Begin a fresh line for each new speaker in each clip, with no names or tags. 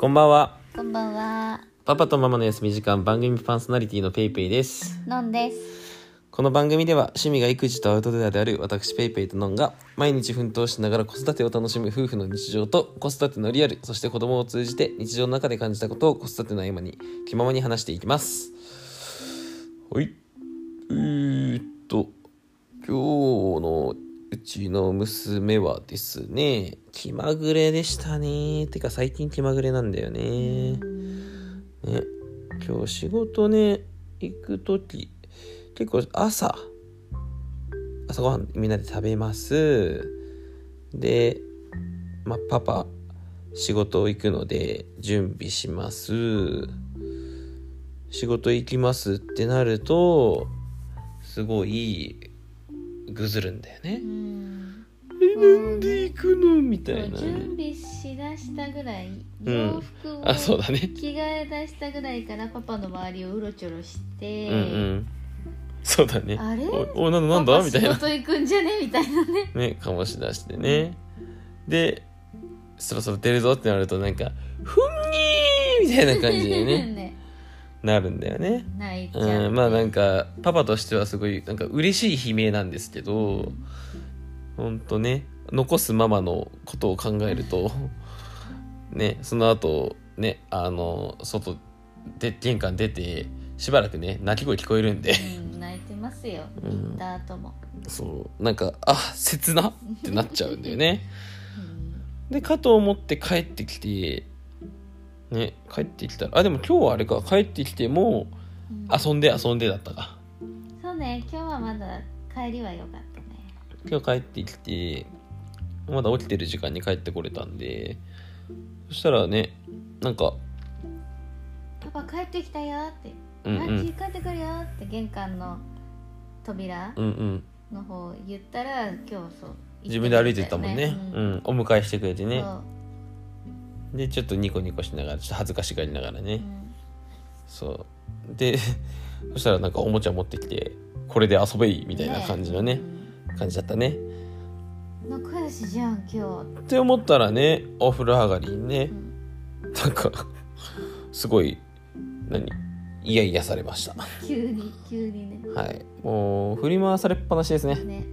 こんばんは。
こんばんは。
パパとママの休み時間番組パーソナリティのペイペイです。
のんです。
この番組では趣味が育児とアウトドアである私ペイペイとノンが毎日奮闘しながら子育てを楽しむ夫婦の日常と子育てのリアル、そして子供を通じて日常の中で感じたことを子育ての合間に気ままに話していきます。はい。えーっと、今日のうちの娘はですね、気まぐれでしたね。てか最近気まぐれなんだよね。ね、今日仕事ね、行くとき、結構朝、朝ごはんみんなで食べます。で、まあ、パパ、仕事行くので準備します。仕事行きますってなると、すごい、ぐずるんだよね
う。ん。
え、なんで行くのみたいな。
準備しだしたぐらい、
うん
洋服を
あ、そう
着
だね。
替え出したぐらいからパパの周りをうろちょろして、
うんうん。そうだね。
あれ
お、お、なんだなんだ
パパ
みたいな
仕。事行くんじゃねみたいなね。
ね醸し出してねでそろそろ出るぞってなるとなんか「ふんにー!」みたいな感じで ね
ね
なるんだよね
泣いちゃ
う
うん
まあなんかパパとしてはすごいなんか嬉しい悲鳴なんですけどほんとね残すママのことを考えるとねその後ねあの外で玄関出てしばらくね泣き声聞こえるんで
うん、泣いてますよ。
うん
行った後も。
そうなんかあ切なってなっちゃうんだよね
うん
でかと思って帰ってきてね帰ってきたらあでも今日はあれか帰ってきても
うん
遊んで遊んでだったか
そうね、今日はまだ帰りは良かったね。
今日帰ってきてまだ起きてる時間に帰ってこれたんでそしたらねなんか
パパ帰ってきたよって。
うんう
マッチ
ん
帰ってくるよって玄関の扉
うんうん
の方言ったら今日そう
自分で歩いてったもんね
う
うんんお迎えしてくれてね
そう
でちょっとニコニコしながらちょっと恥ずかしがりながら
う
ね
ん
そうでそしたらなんかおもちゃ持ってきてこれで遊べいみたいな感じのね感じだったね
うん仲良しじゃん今
って思ったらねお風呂上がりにね
日、うん
なんかすごい何いやいやされました
急に急にね
はいもう振り回されっぱなしですね
ね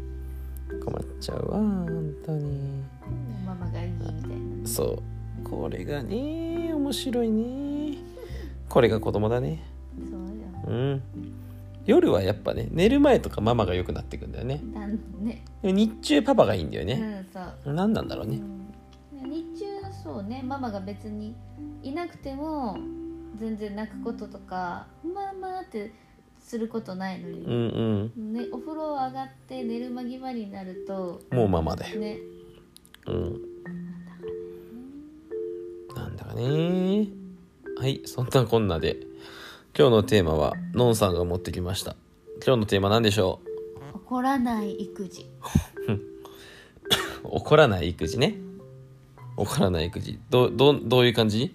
困っちゃうわ本当に
ママがいいみたいな
そうこれがね面白いねこれが子供だね
そうよ
うん夜はやっぱね寝る前とかママが良くなってくんだよね
だんね
でも日中パパがいいんだよ
う
ね、
んそう、
何なんだろうね
うん日中そうねママが別にいなくても全然泣くこととかまあまあってすることないのに、
うんうん
ね、お風呂上がって寝る間際になると
もうママだよ
ね
うんなんだかね。はい、そんなこんなで。今日のテーマは、のんさんが持ってきました。今日のテーマなんでしょ
怒らない育児
う怒らない育児ね。怒らない育児。ど、ど、どういう感じ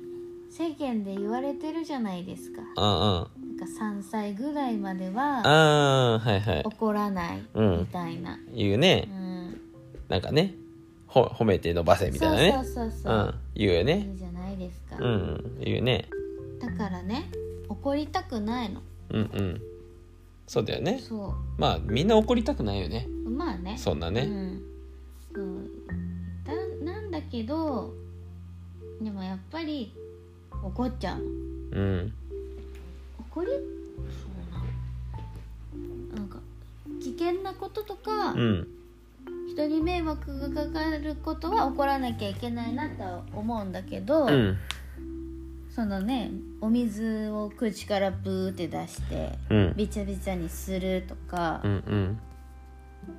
世間で言われてるじゃないですか
あ
なんか3歳ぐらいまで
あ、あ
は
あ、ああ、はいはい。
怒らない
うん
みたいな、
言う
う
ね。
ん
なんかね。ほ褒めて伸ばせみたいなね。
そうそうそう
う
そう、
ん、言うよね。
いいじゃないですか、
うん、言うね。
だからね怒りたくないの
うんうん。そうだよね。
そ
まあ、みんな怒りたくないよね。
うまあね
そんなね。
うん、そうだなんだけどでもやっぱり怒っちゃうの
うん。
怒りそうななんか危険なこととか、
うん。
人に迷惑がかかることは怒らなきゃいけないなとは思うんだけど、
うん。
そのねお水を口からブーって出して
うん。
びちゃびちゃにするとか
う、ん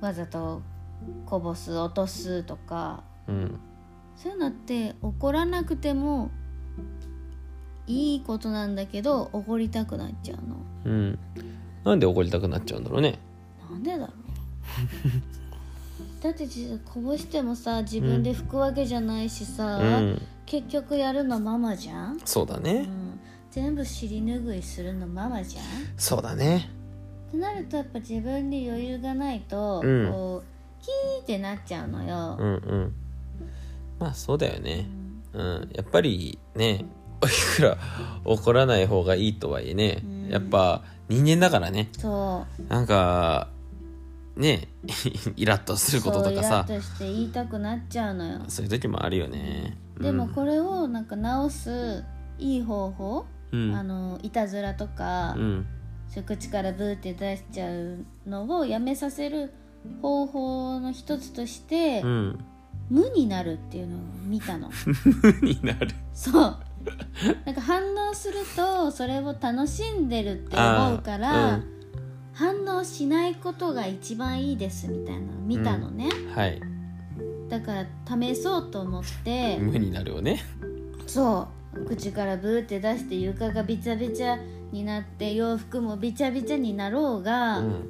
うん。
わざとこぼす落とすとか
うん。
そういうのって怒らなくてもいいことなんだけど怒りたくなっちゃうの。
うん、なんで怒りたくなっちゃうんだろうね。
なんでだろうね だってじこぼしてもさ自分で拭くわけじゃないし
う
さ、
ん、
結局やるのママじゃん、
そうだ
う
ね。
ん、全部尻拭いするのママじゃんっ
そうだね。
てなるとやっぱ自分に余裕がないと、
うん
こうキーってなっちゃうのよ
う、んうん。まあそうだよね。うん、やっぱりね、いくら怒らない方がいいとはいえね
うん
やっぱ人間だからね
そ
なんかねイラッとす
う
ることとかさ
そうイラッとして言いたくなっちゃうのよ
そういう時もあるよね
でもこ
れ、
れをなんか直すいい方法、
うん、
あのいたずらとか、
うん
そういう口からブーって出しちゃうのをやめさせる方法の一つとして、
うん、
無になるっていうのを見たの
になる
そうなんか反応するとそれを楽しんでるって思うから、
あ
反応しないことが一番いいですみたいなのを見たのね、
はい
だから試そうと思って、
無になるよね
そう口からブーって出して床がびちゃびちゃになって洋服もびちゃびちゃになろう
う
が「
ん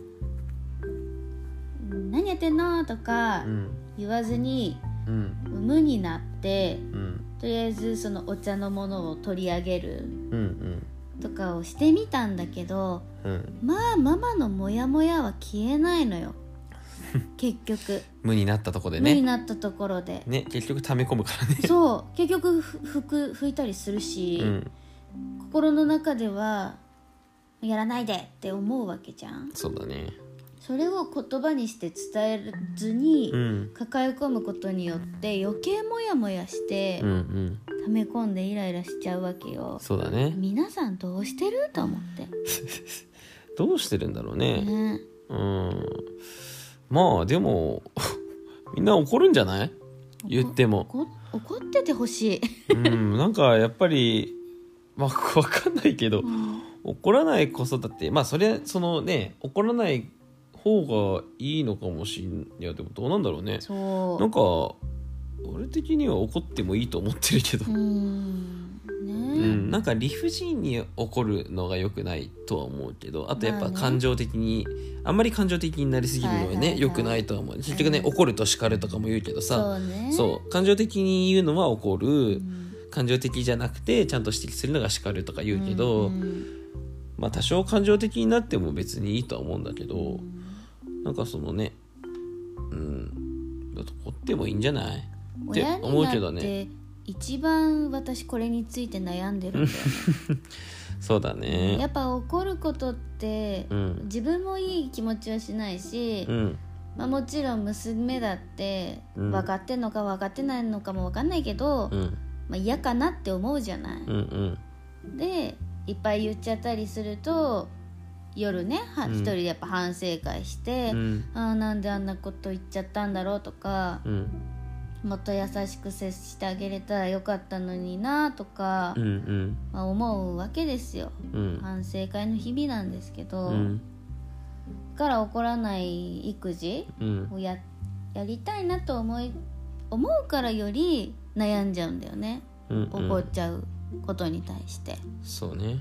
何やってんの?」とか
うん
言わずに
うん
無になって
うん
とりあえずそのお茶のものを取り上げる
うんうん
とかをしてみたんだけど
うん
まあママのモヤモヤは消えないの よ結局、
無になったとこで
無に
ね
なったところで
ね結局溜め込む からね
そう結局ふ服拭いたりするし、
うん
心の中ではやらないでって思うわけじゃん
そうだね
それを言葉にして伝えずに
うん
抱え込むことによって余計モヤモヤして
うんうん
溜め込んでイライラしちゃうわけよ
そうだね
皆さんどうしてると思って
どうしてるんだろうね
ね
うんまあでも みんな怒るんじゃない言っても
怒怒っててほ しい、
うんなんかやっぱりまあわかんないけど怒らない子育てまあそれそのね怒らない方がいいのかもしんいやでもどうなんだろうねな
そ
んか俺的には怒ってもいいと思ってるけど
ううーん
う
ね
ん、なんか理不尽に怒るのが良くないとは思うけどあとやっ
ま
ぱ
あね
感情的に、あんまり感情的になりすぎるのは
はいはいは
ね
い
良くないとは思う結局ね、
うん
怒ると叱るとかも言うけどさ
そうね
そう感情的に言うのは怒る、
ん
感情的じゃなくてちゃんと指摘するのが叱るとか言うけど、
ん
まあ多少感情的になっても別にいいとは思うんだけど、
ん
なんかそのねうんだと怒ってもいいんじゃないって
親
思
に
う
な
けど
っ
ね
て一番私これについて悩んでるんだよ
そうだ
ねや
ね
っぱ怒ることって
うん
自分もいい気持ちはしないし、
うん
まあ、もちろん娘だって
うん
分かってんのか分かってないのかも分かんないけど、
うん
まあ、嫌かなって思うじゃない。
うんうん
でいっぱい言っちゃったりすると夜ねは
うん
一人でやっぱ反省会して、
うん
ああなんであんなこと言っちゃったんだろうとか、
うん
もっと優しく接してあげれたらよかったのになとか、
うんうん
まあ、思うわけですよ
うん
反省会の日々なんですけど、
うん
だから怒らない育児
うん
をややりたいなと思い思うからより悩んじゃうんだよね
うん
怒っちゃうことに対して、
そうね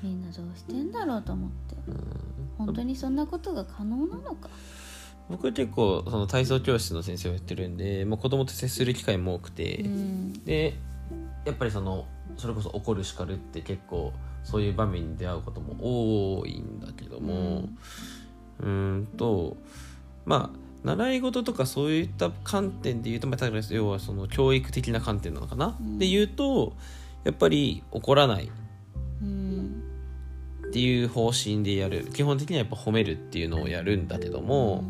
みんなどうしてんだろうと思って本当にそんなことが可能なのか
僕結構その体操教室の先生をやってるんで、まあ、子供と接する機会も多くて、
うん
でやっぱりそのそれこそ怒る叱るって結構そういう場面に出会うことも多いんだけどもうーんとまあ習い事とかそういった観点で言うと、まあ、だから要はその教育的な観点なのかな、
うん
で言うとやっぱり怒らない
うん
っていう方針でやる基本的にはやっぱ褒めるっていうのをやるんだけども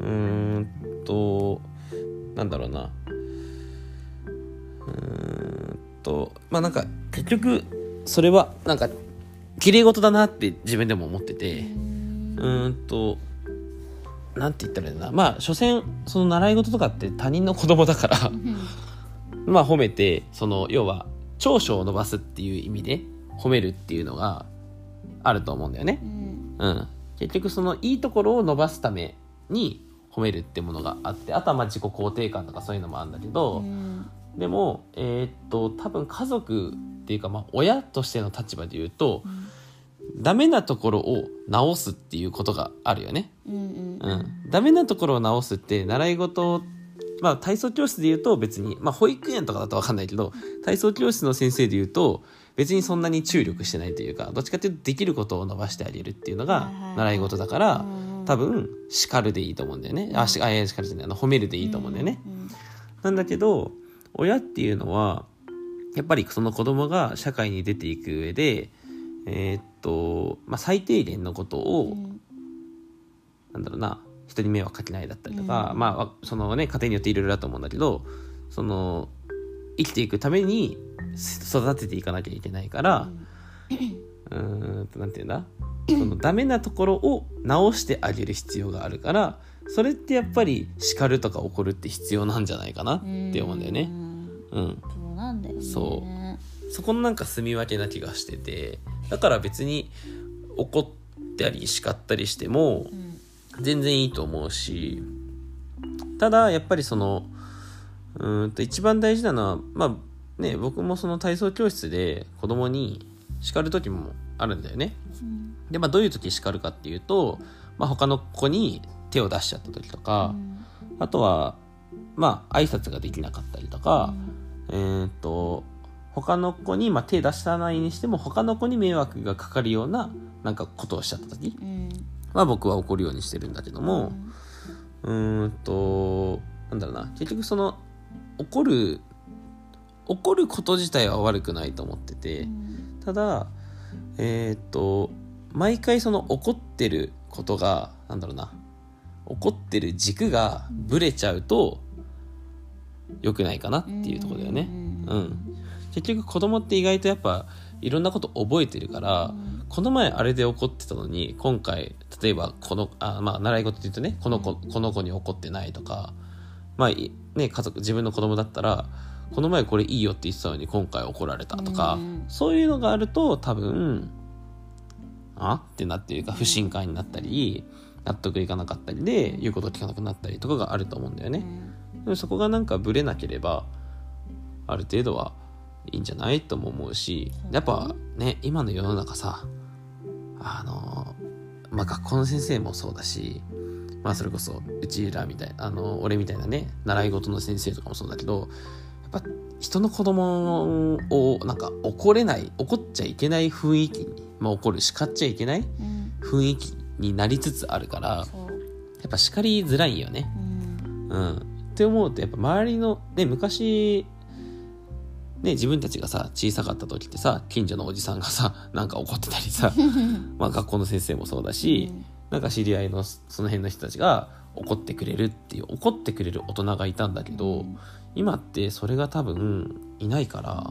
うーんとなんだろうなうーんとまあなんか結局それはなんか綺麗事だなって自分でも思っててうーんとなんて言ったらいいんだろうなまあ所詮その習い事とかって他人の子供だから まあ褒めてその要は長所を伸ばすっていう意味で褒めるっていうのがあると思うんだよね。
うん
うん、結局そのいいところを伸ばすために褒めるってものがあってあとはまあ自己肯定感とかそういうのもあるんだけ
う
ど、
ん
でも、えーっと多分家族っていうか、まあ、親としての立場で言うとダメなところを直すっていうことがあるよね。
うん
う、ん、ダメなところを直すって習い事まあ体操教室で言うと別に、まあ、保育園とかだと分かんないけど体操教室の先生で言うと別にそんなに注力してないというかどっちかっていうとできることを伸ばしてあげるっていうの
は
が
いはいはい
習い事だから
うん
多分叱るでいいと思うんだよね
う
あ
ん
しあいや叱るじゃないあの褒めるでいいと思うんだよね。
うん
なんだけど親っていうのはやっぱりその子供が社会に出ていく上で、えーっと、まあ、最低限のことを、
うん
なんだろうな人に迷惑かけないだったりとか、
うん
まあわそのね家庭によっていろいろだと思うんだけどその生きていくためにす育てていかなきゃいけないからうーんとなんていうんだそのダメなところを直してあげる必要があるからそれってやっぱり叱るとか怒るって必要なんじゃないかなって思うんだよね。
ん
うん、
そうなんだよね
そそこのなんか住み分けな気がしててだから別に怒ったり叱ったりしても
うん
全然いいと思うしただやっぱりそのうーんと一番大事なのはまあね僕もその体操教室で子供に叱る時もあるんだよね
うん
でまあどういう時叱るかっていうと、まあ、他の子に手を出しちゃった時とか
うん
あとはまあ挨拶ができなかったりとか、えーっと他の子に、まあ、手出さないにしても他の子に迷惑がかかるようななんかことをしちゃった時
うん
は僕は怒るようにしてるんだけどもうーんとなんだろうな結局その怒る怒ること自体は悪くないと思って
う
て
ん
ただえーっと毎回その怒ってることがなんだろうな怒ってる軸がぶれちゃうと良くないかなっていうところだよね。
うん
うん、結局子供って意外とやっぱいろんなこと覚えてるから
うん
この前あれで怒ってたのに今回例えばこのあ、まあ、習い事で言うとねこの子この子に怒ってないとか、まあいね、家族自分の子供だったらこの前これいいよって言ってたのに今回怒られたとか、
うん
そういうのがあると多分あってなっていうか不信感になったり納得いかなかったりで言うこと聞かなくなったりとかがあると思うんだよね。でもそこがなんかブレなければある程度はいいんじゃないとも思うし
そうね
やっぱね今の世の中さあのまあ学校の先生もそうだしまあそれこそうちらみたいあの俺みたいなね習い事の先生とかもそうだけどやっぱ人の子供をなんか怒れない怒っちゃいけない雰囲気に、まあ、怒る叱っちゃいけない
うん
雰囲気になりつつあるからや
そう
っぱ叱りづらいよね。
うん
うん、って思うとやっぱ周りの、ね、昔、ね、自分たちがさ小さかった時ってさ近所のおじさんがさなんか怒ってたり さまあ学校の先生もそうだし、なんか知り合いのその辺の人たちが怒ってくれるっていう怒ってくれる大人がいたんだけど、
うん
今ってそれが多分いないから、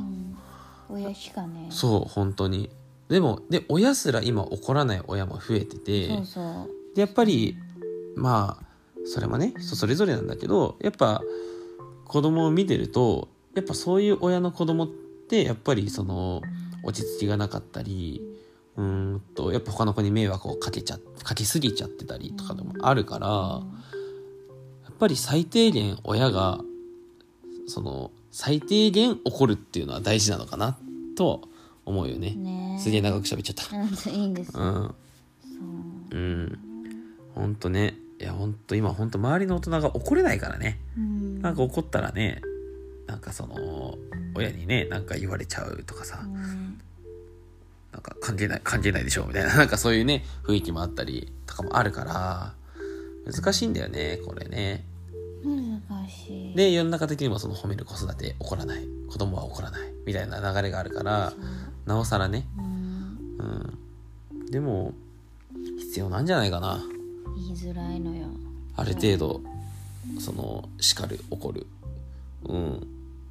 うん親しかね
そう本当に。でもで親すら今怒らない親も増えてて
そうそう
でやっぱりまあそれもね人それぞれなんだけどやっぱ子供を見てるとやっぱそういう親の子供ってやっぱりその落ち着きがなかったりうーんとやっぱ他の子に迷惑をかけちゃかけすぎちゃってたりとかでもあるからやっぱり最低限親がその最低限怒るっていうのは大事なのかなと思うよね。
ね
すげえ長く喋っちゃった。
うんいいんです
うん
そう
うん。ほんとね。いや、ほんと今、ほんと周りの大人が怒れないからね。
うん
なんか怒ったらね、なんかその、親にね、なんか言われちゃうとかさ
う、ん
なんか関係ない、関係ないでしょ、みたいな、なん かそういうね、雰囲気もあったりとかもあるから、難しいんだよね、これね。
難しい
で、世の中的にもその褒める子育て、怒らない、子供は怒らない、みたいな流れがあるから
そ、う
なおさらね、
うん
うん。でも、必要なんじゃないかな。
言いづらいのよ
ある程度その叱る怒るうん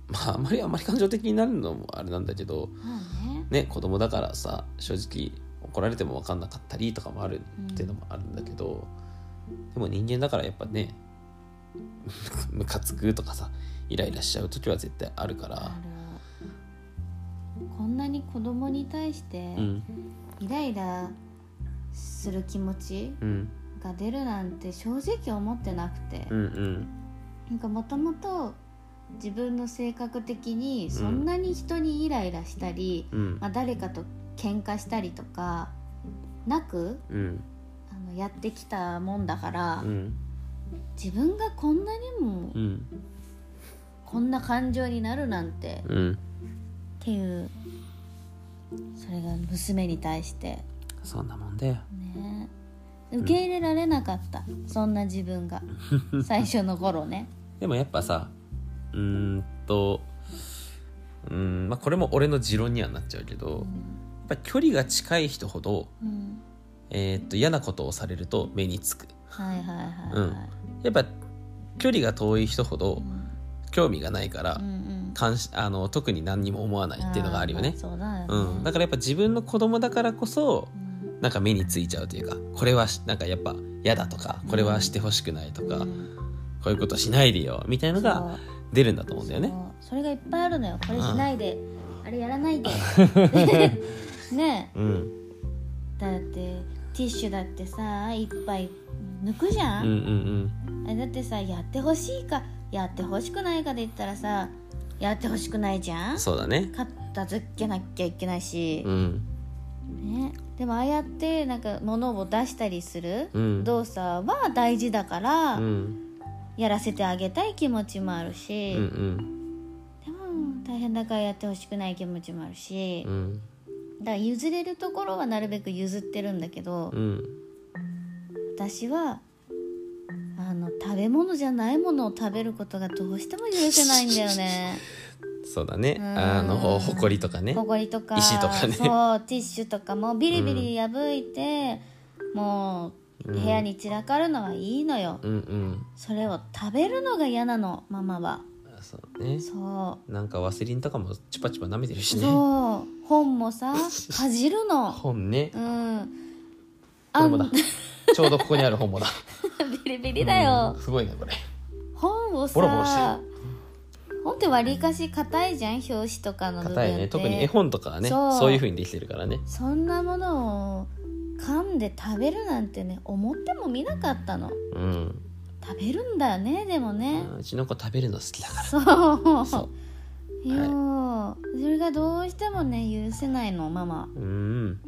まああんまりあんまり感情的になるのもあれなんだけど
まあね
ね子供だからさ正直怒られても分かんなかったりとかもあるっていうのもあるんだけど、でも人間だからやっぱね ムカつくとかさイライラしちゃう時は絶対あるか
あ
ら
るこんなに子供に対して
うん
イライラする気持ち
うん
が出るなんて正直思ってなくて
うんうん
なんかもともと自分の性格的にそんなに人にイライラしたり、
うん
まあ、誰かと喧嘩したりとかなく
うん
あのやってきたもんだから、
うん
自分がこんなにも
うん
こんな感情になるなんて
うん
っていうそれが娘に対して
そんなもんだよ
ね受け入れられなかった、そんな自 分が最初の頃ね
でもやっぱさうーんとうんまあ、これも俺の持論にはなっちゃうけどやっぱ距離が近い人ほど、
うん、
えーっと嫌なことをされると目につく
はいはいはいはい、
うんやっぱ距離が遠い人ほど
うん
興味がないから
うんうん
関しあの特に何にも思わないっていうのがあるよね
ー、そうだよね、
うん、だからやっぱ自分の子供だからこそなんか目についちゃうというかこれはしなんかやっぱ嫌だとかこれはしてほしくないとか、こういうことしないでよみたいのが出るんだと思うんだよね。
そうそれがいっぱいあるのよこれしないで、あれやらない でね
うん、
えだってティッシュだってさいっぱい抜くじゃ
うんうん
ん、
うん
あれだってさやってほしいかやってほしくないかで言ったらさやってほしくないじゃん
そうだね
片付けなきゃいけないし
う、ん
ね、でもああやってなんか物を出したりする
うん
動作は大事だから、
うん
やらせてあげたい気持ちもある
う
し、
んうん
でも大変だからやってほしくない気持ちもあるし
う、ん
だから譲れるところはなるべく譲ってるんだけど、
うん
私はあの食べ物じゃないものを食べることがどうしても許せないんだよね。
そうだね
うん
あのほこりとかね
ほこりとか
石とかね
そうティッシュとかもビリビリ破いて、もう部屋に散らかるのはいいのよ、
うんうん
それを食べるのが嫌なのママは
あそうね
そう
なんかワセリンとかもチュパチュパ舐めてるしね
そう本 もさかじるの
本ね
うん
こ
あ
れ
ん
もだちょうどここにある本もだ
ビリビリだよ
うん、すごいねこれ
本をさ
ボロボロして
本ってわりかし硬いじゃん表紙とかの部分って
硬いね特に絵本とかはね
そう
そういう風にできてるからね
そんなものを噛んで食べるなんてね思っても見なかったの
うん
食べるんだよねでもね、
うちの子食べるの好きだか
そう
らそ
いやーそれがどうしてもね許せないのママ
ううん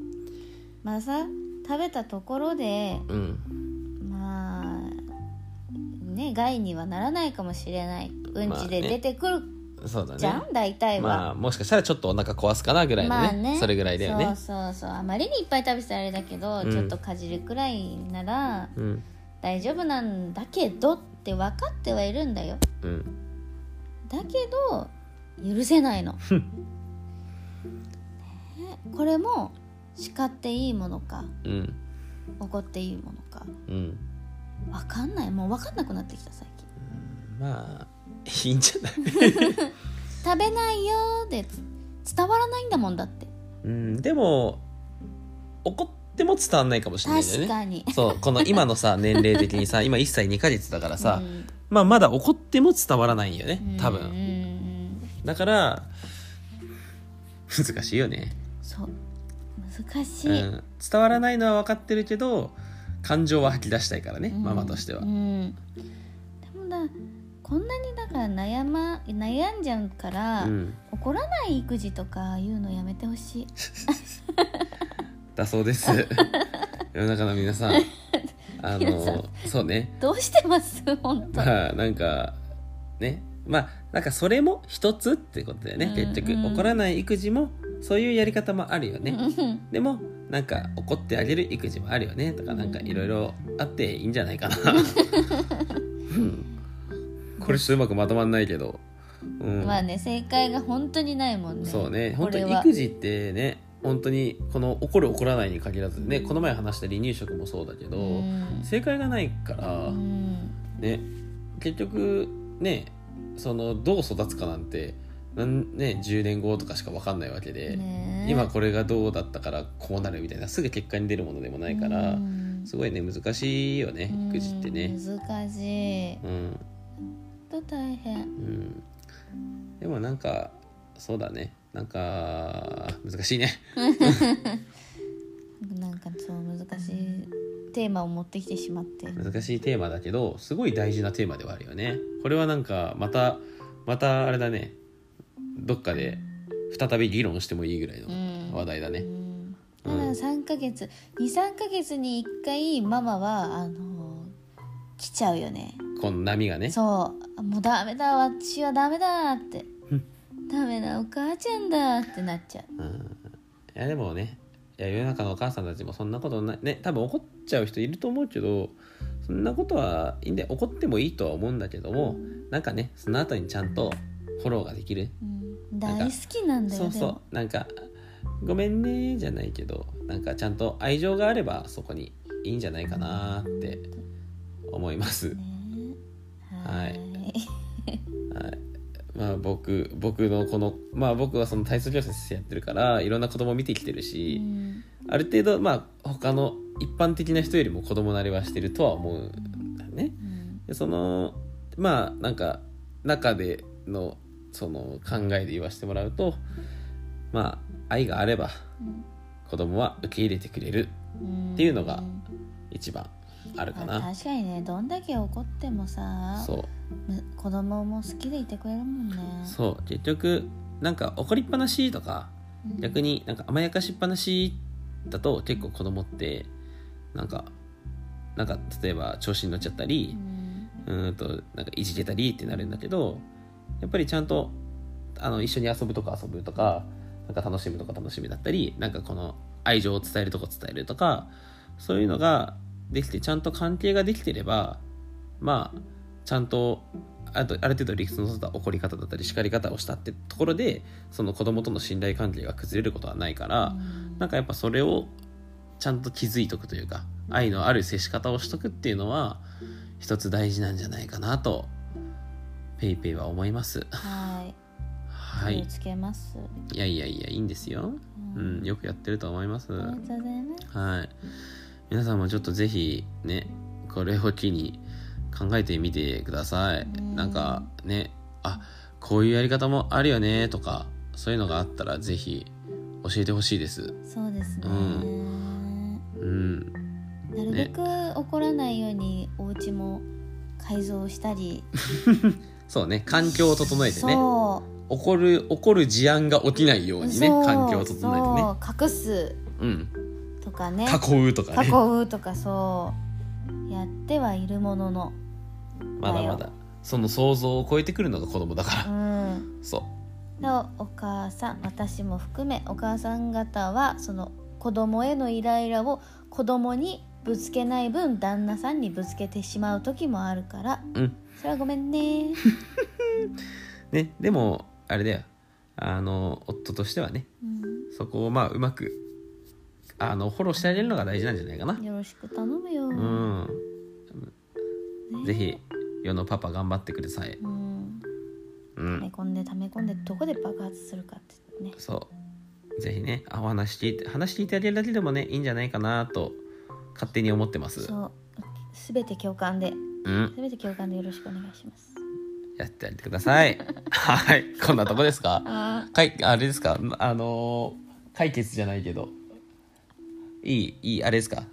まあさ食べたところで
うん
まあね害にはならないかもしれないうん
まあ
ち
ね
で出てくる
そうだ
じゃん、
ね
大体
ま
は、
あもしかしたらちょっとお腹壊すかなぐらいのね,、それぐらいだよね
そうそうそうあまりにいっぱい食べてたらあれだけど、
うん
ちょっとかじるくらいなら
うん
大丈夫なんだけどって分かってはいるんだよ
うん
だけど許せないの
ん
ねこれも叱っていいものか
うん
怒っていいものか
うん
分かんないもう分かんなくなってきた最近
まあいいんじゃない
食べないよーでつ伝わらないんだもんだって
うんでも怒っても伝わんないかもしれないんだよね
確かに
そうこの今のさ年齢的に さ今1歳2ヶ月だからさ、
うん
まあまだ怒っても伝わらないんよね多
うんうん
分
うん
だから難しいよね、
そう難し
う
い、
ん、伝わらないのは分かってるけど感情は吐き出したいからね、
うん
ママとしては
うん、でもだこんなにだから悩,、ま、悩んじゃうから、
うん
怒らない育児とかいうのやめてほしい
だそう です世の中の皆さんあ
皆さ
のそうね
どうして ます本当
まあなんかねまあなんかそれも一つってことだよね、
うん
結局
うん
怒らない育児もそういうやり方もあるよね、
うん
でもなんか怒ってあげる育児もあるよねとかなんかいろいろあっていいんじゃない かな、うんこれちょっとうまくまとまんないけど、うん
まあね正解が本当にないもんね
そうね本当
こ
に
れは
育児ってね本当にこの怒る怒らないに限らずねこの前話した離乳食もそうだけど、
うん
正解がないか
う
ら、
ん
ね結局ねそのどう育つかなんてなん、ね、10年後とかしか分かんないわけで、
ねえ
今これがどうだったからこうなるみたいなすぐ結果に出るものでもないから、
うん
すごいね難しいよね育児ってね。
うん難し
う
い
ん
ほんと大変
うん、でもなんかそうだねなんか難しいね。
なんかそう難しいテーマを持ってきてしまって
難しいテーマだけどすごい大事なテーマではあるよねこれはなんかまたまたあれだねどっかで再び議論してもいいぐらいの話題だね
うん
う
た
ん
だ3ヶ月23ヶ月に1回ママはあの来ちゃうよね
この波がね
そうもうダメだ私はダメだって
うん
ダメだお母ちゃんだってなっちゃう
うんいやでもねいや世の中のお母さんたちもそんなことないね多分怒っちゃう人いると思うけどそんなことはいいんで怒ってもいいとは思うんだけどもなんかねその後にちゃんとフォローができる
うん
なん
大
か
好きなんだよ
そうそうなんか「ごめんね」じゃないけどなんかちゃんと愛情があればそこにいいんじゃないかなって思います
でも、ね
はい
はい
まあ僕僕のこのまあ僕はその体操教室やってるからいろんな子供見てきてる
う
し、
ん
ある程度まあ他の一般的な人よりも子供慣れはしてるとは思うんだよね。
うん
でそのまあなんか中でのその考えで言わせてもらうとまあ愛があれば
うん
子供は受け入れてくれる
うん
っていうのが一番あるか
まあ
な。
確かにねどんだけ怒ってもさ
そ
む子供も好きでいてくれるもんね
うそう結局なんか怒りっぱなしとか
うん
逆になんか甘やかしっぱなしだと結構子供ってなんかなんか例えば調子に乗っちゃったり
うん
うーんとなんかいじけたりってなるんだけどやっぱりちゃんとあの一緒に遊ぶとか遊ぶとかなんか楽しむとか楽しみだったりなんかこの愛情を伝えるとか伝えるとかそういうのができてちゃんと関係ができてればまあちゃんとあとある程度理屈の沿った怒り方だったり叱り方をしたってところでその子供との信頼関係が崩れることはないから、
うん
なんかやっぱそれをちゃんと気づいとくというか愛のある接し方をしとくっていうのは一つ大事なんじゃないかなとペイペイは思います
はい
は
気を
い
つけます、
いやいやいやいいんですよ
う
うんよくやってると思います
ありがとうございます
はい皆さんもちょっとぜひねこれを機に考えてみてください
うん
なんかねあこういうやり方もあるよねとかそういうのがあったらぜひ教えてほしいです
そうですね、
ううん
なるべく怒らないようにお家も改造したり、
そうね環境を整えてね
そ
怒る怒る事案が起きないよう
う
にね
そう
環境を整
そう隠す
えてね
とかね
うん囲うとかね
囲うとかそうやってはいるものの
まだまだその想像を超えてくるのが子供だから、
うん
そ
のお母さん私も含めお母さん方はその子供へのイライラを子供にぶつけない分旦那さんにぶつけてしまう時もあるから
ううん
それはごめんね
ねでもあれだよあの夫としてはね
うん
そこをまあうまくあのフォローしてあげるのが大事なんじゃないかな
よろしく頼むよ、
うん
ね
ぜひ世のパパ頑張ってください
うん
う
溜め
ん
込んで溜め込んでどこで爆発するかってね
そうぜひねあお話聞いて話聞いてあげるだけでもねいいんじゃないかなと勝手に思ってます
そうすべて共感で
うん
すべて共感でよろしくお願いします
やってあげてくださいはいこんなとこですか
あ
かいあれですかあのー解決じゃないけどいいいいあれですか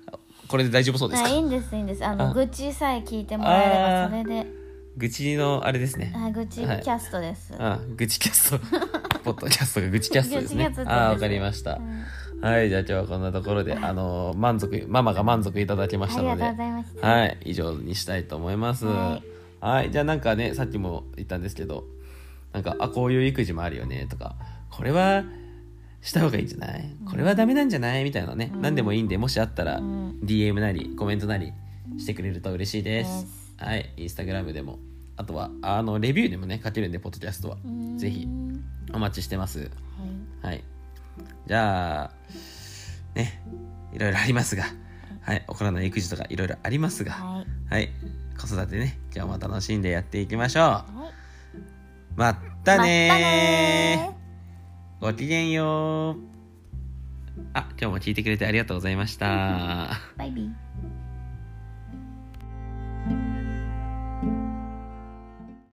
これで大丈夫そうです
あ
か
いいんですいいんですあ
あ
の愚痴さえ聞いてもらえれば
あ
それで
愚痴のあれですね
あ愚痴キ
はい
ャストです、
あ愚痴キャストポッドキャストが愚痴キャストですね
愚痴キャストです
ああわかりました
うん
はいじゃあ今日はこんなところであのー満足ママが満足いただきました
あ
の
りがとう
で
ございました。
はい、以上にしたいと思います。は、
はい
じゃあなんかね、さっきも言ったんですけど、なんか、あ、こういう育児もあるよねとか、これはした方がいいんじゃないこれはダメなんじゃないみたいなね、
うん
何でもいいんで、もしあったら
うん
DM なりコメントなりしてくれると嬉しいです
で。
はい、インスタグラムでも、あとは、あの、レビューでもね、書けるんで、ポッドキャストは。ぜひ
は
お待ちしてます。はい。じゃあ、ね、いろいろありますが、はい、怒らない育児とかいろいろありますが、
い。はい。
はい。子育てね、今日も楽しんでやっていきましょう。
はい。
まった
まったね
ね
ー
ーごきげんよう。あ、今日も聞いてくれてありがとうございました。
バイビー。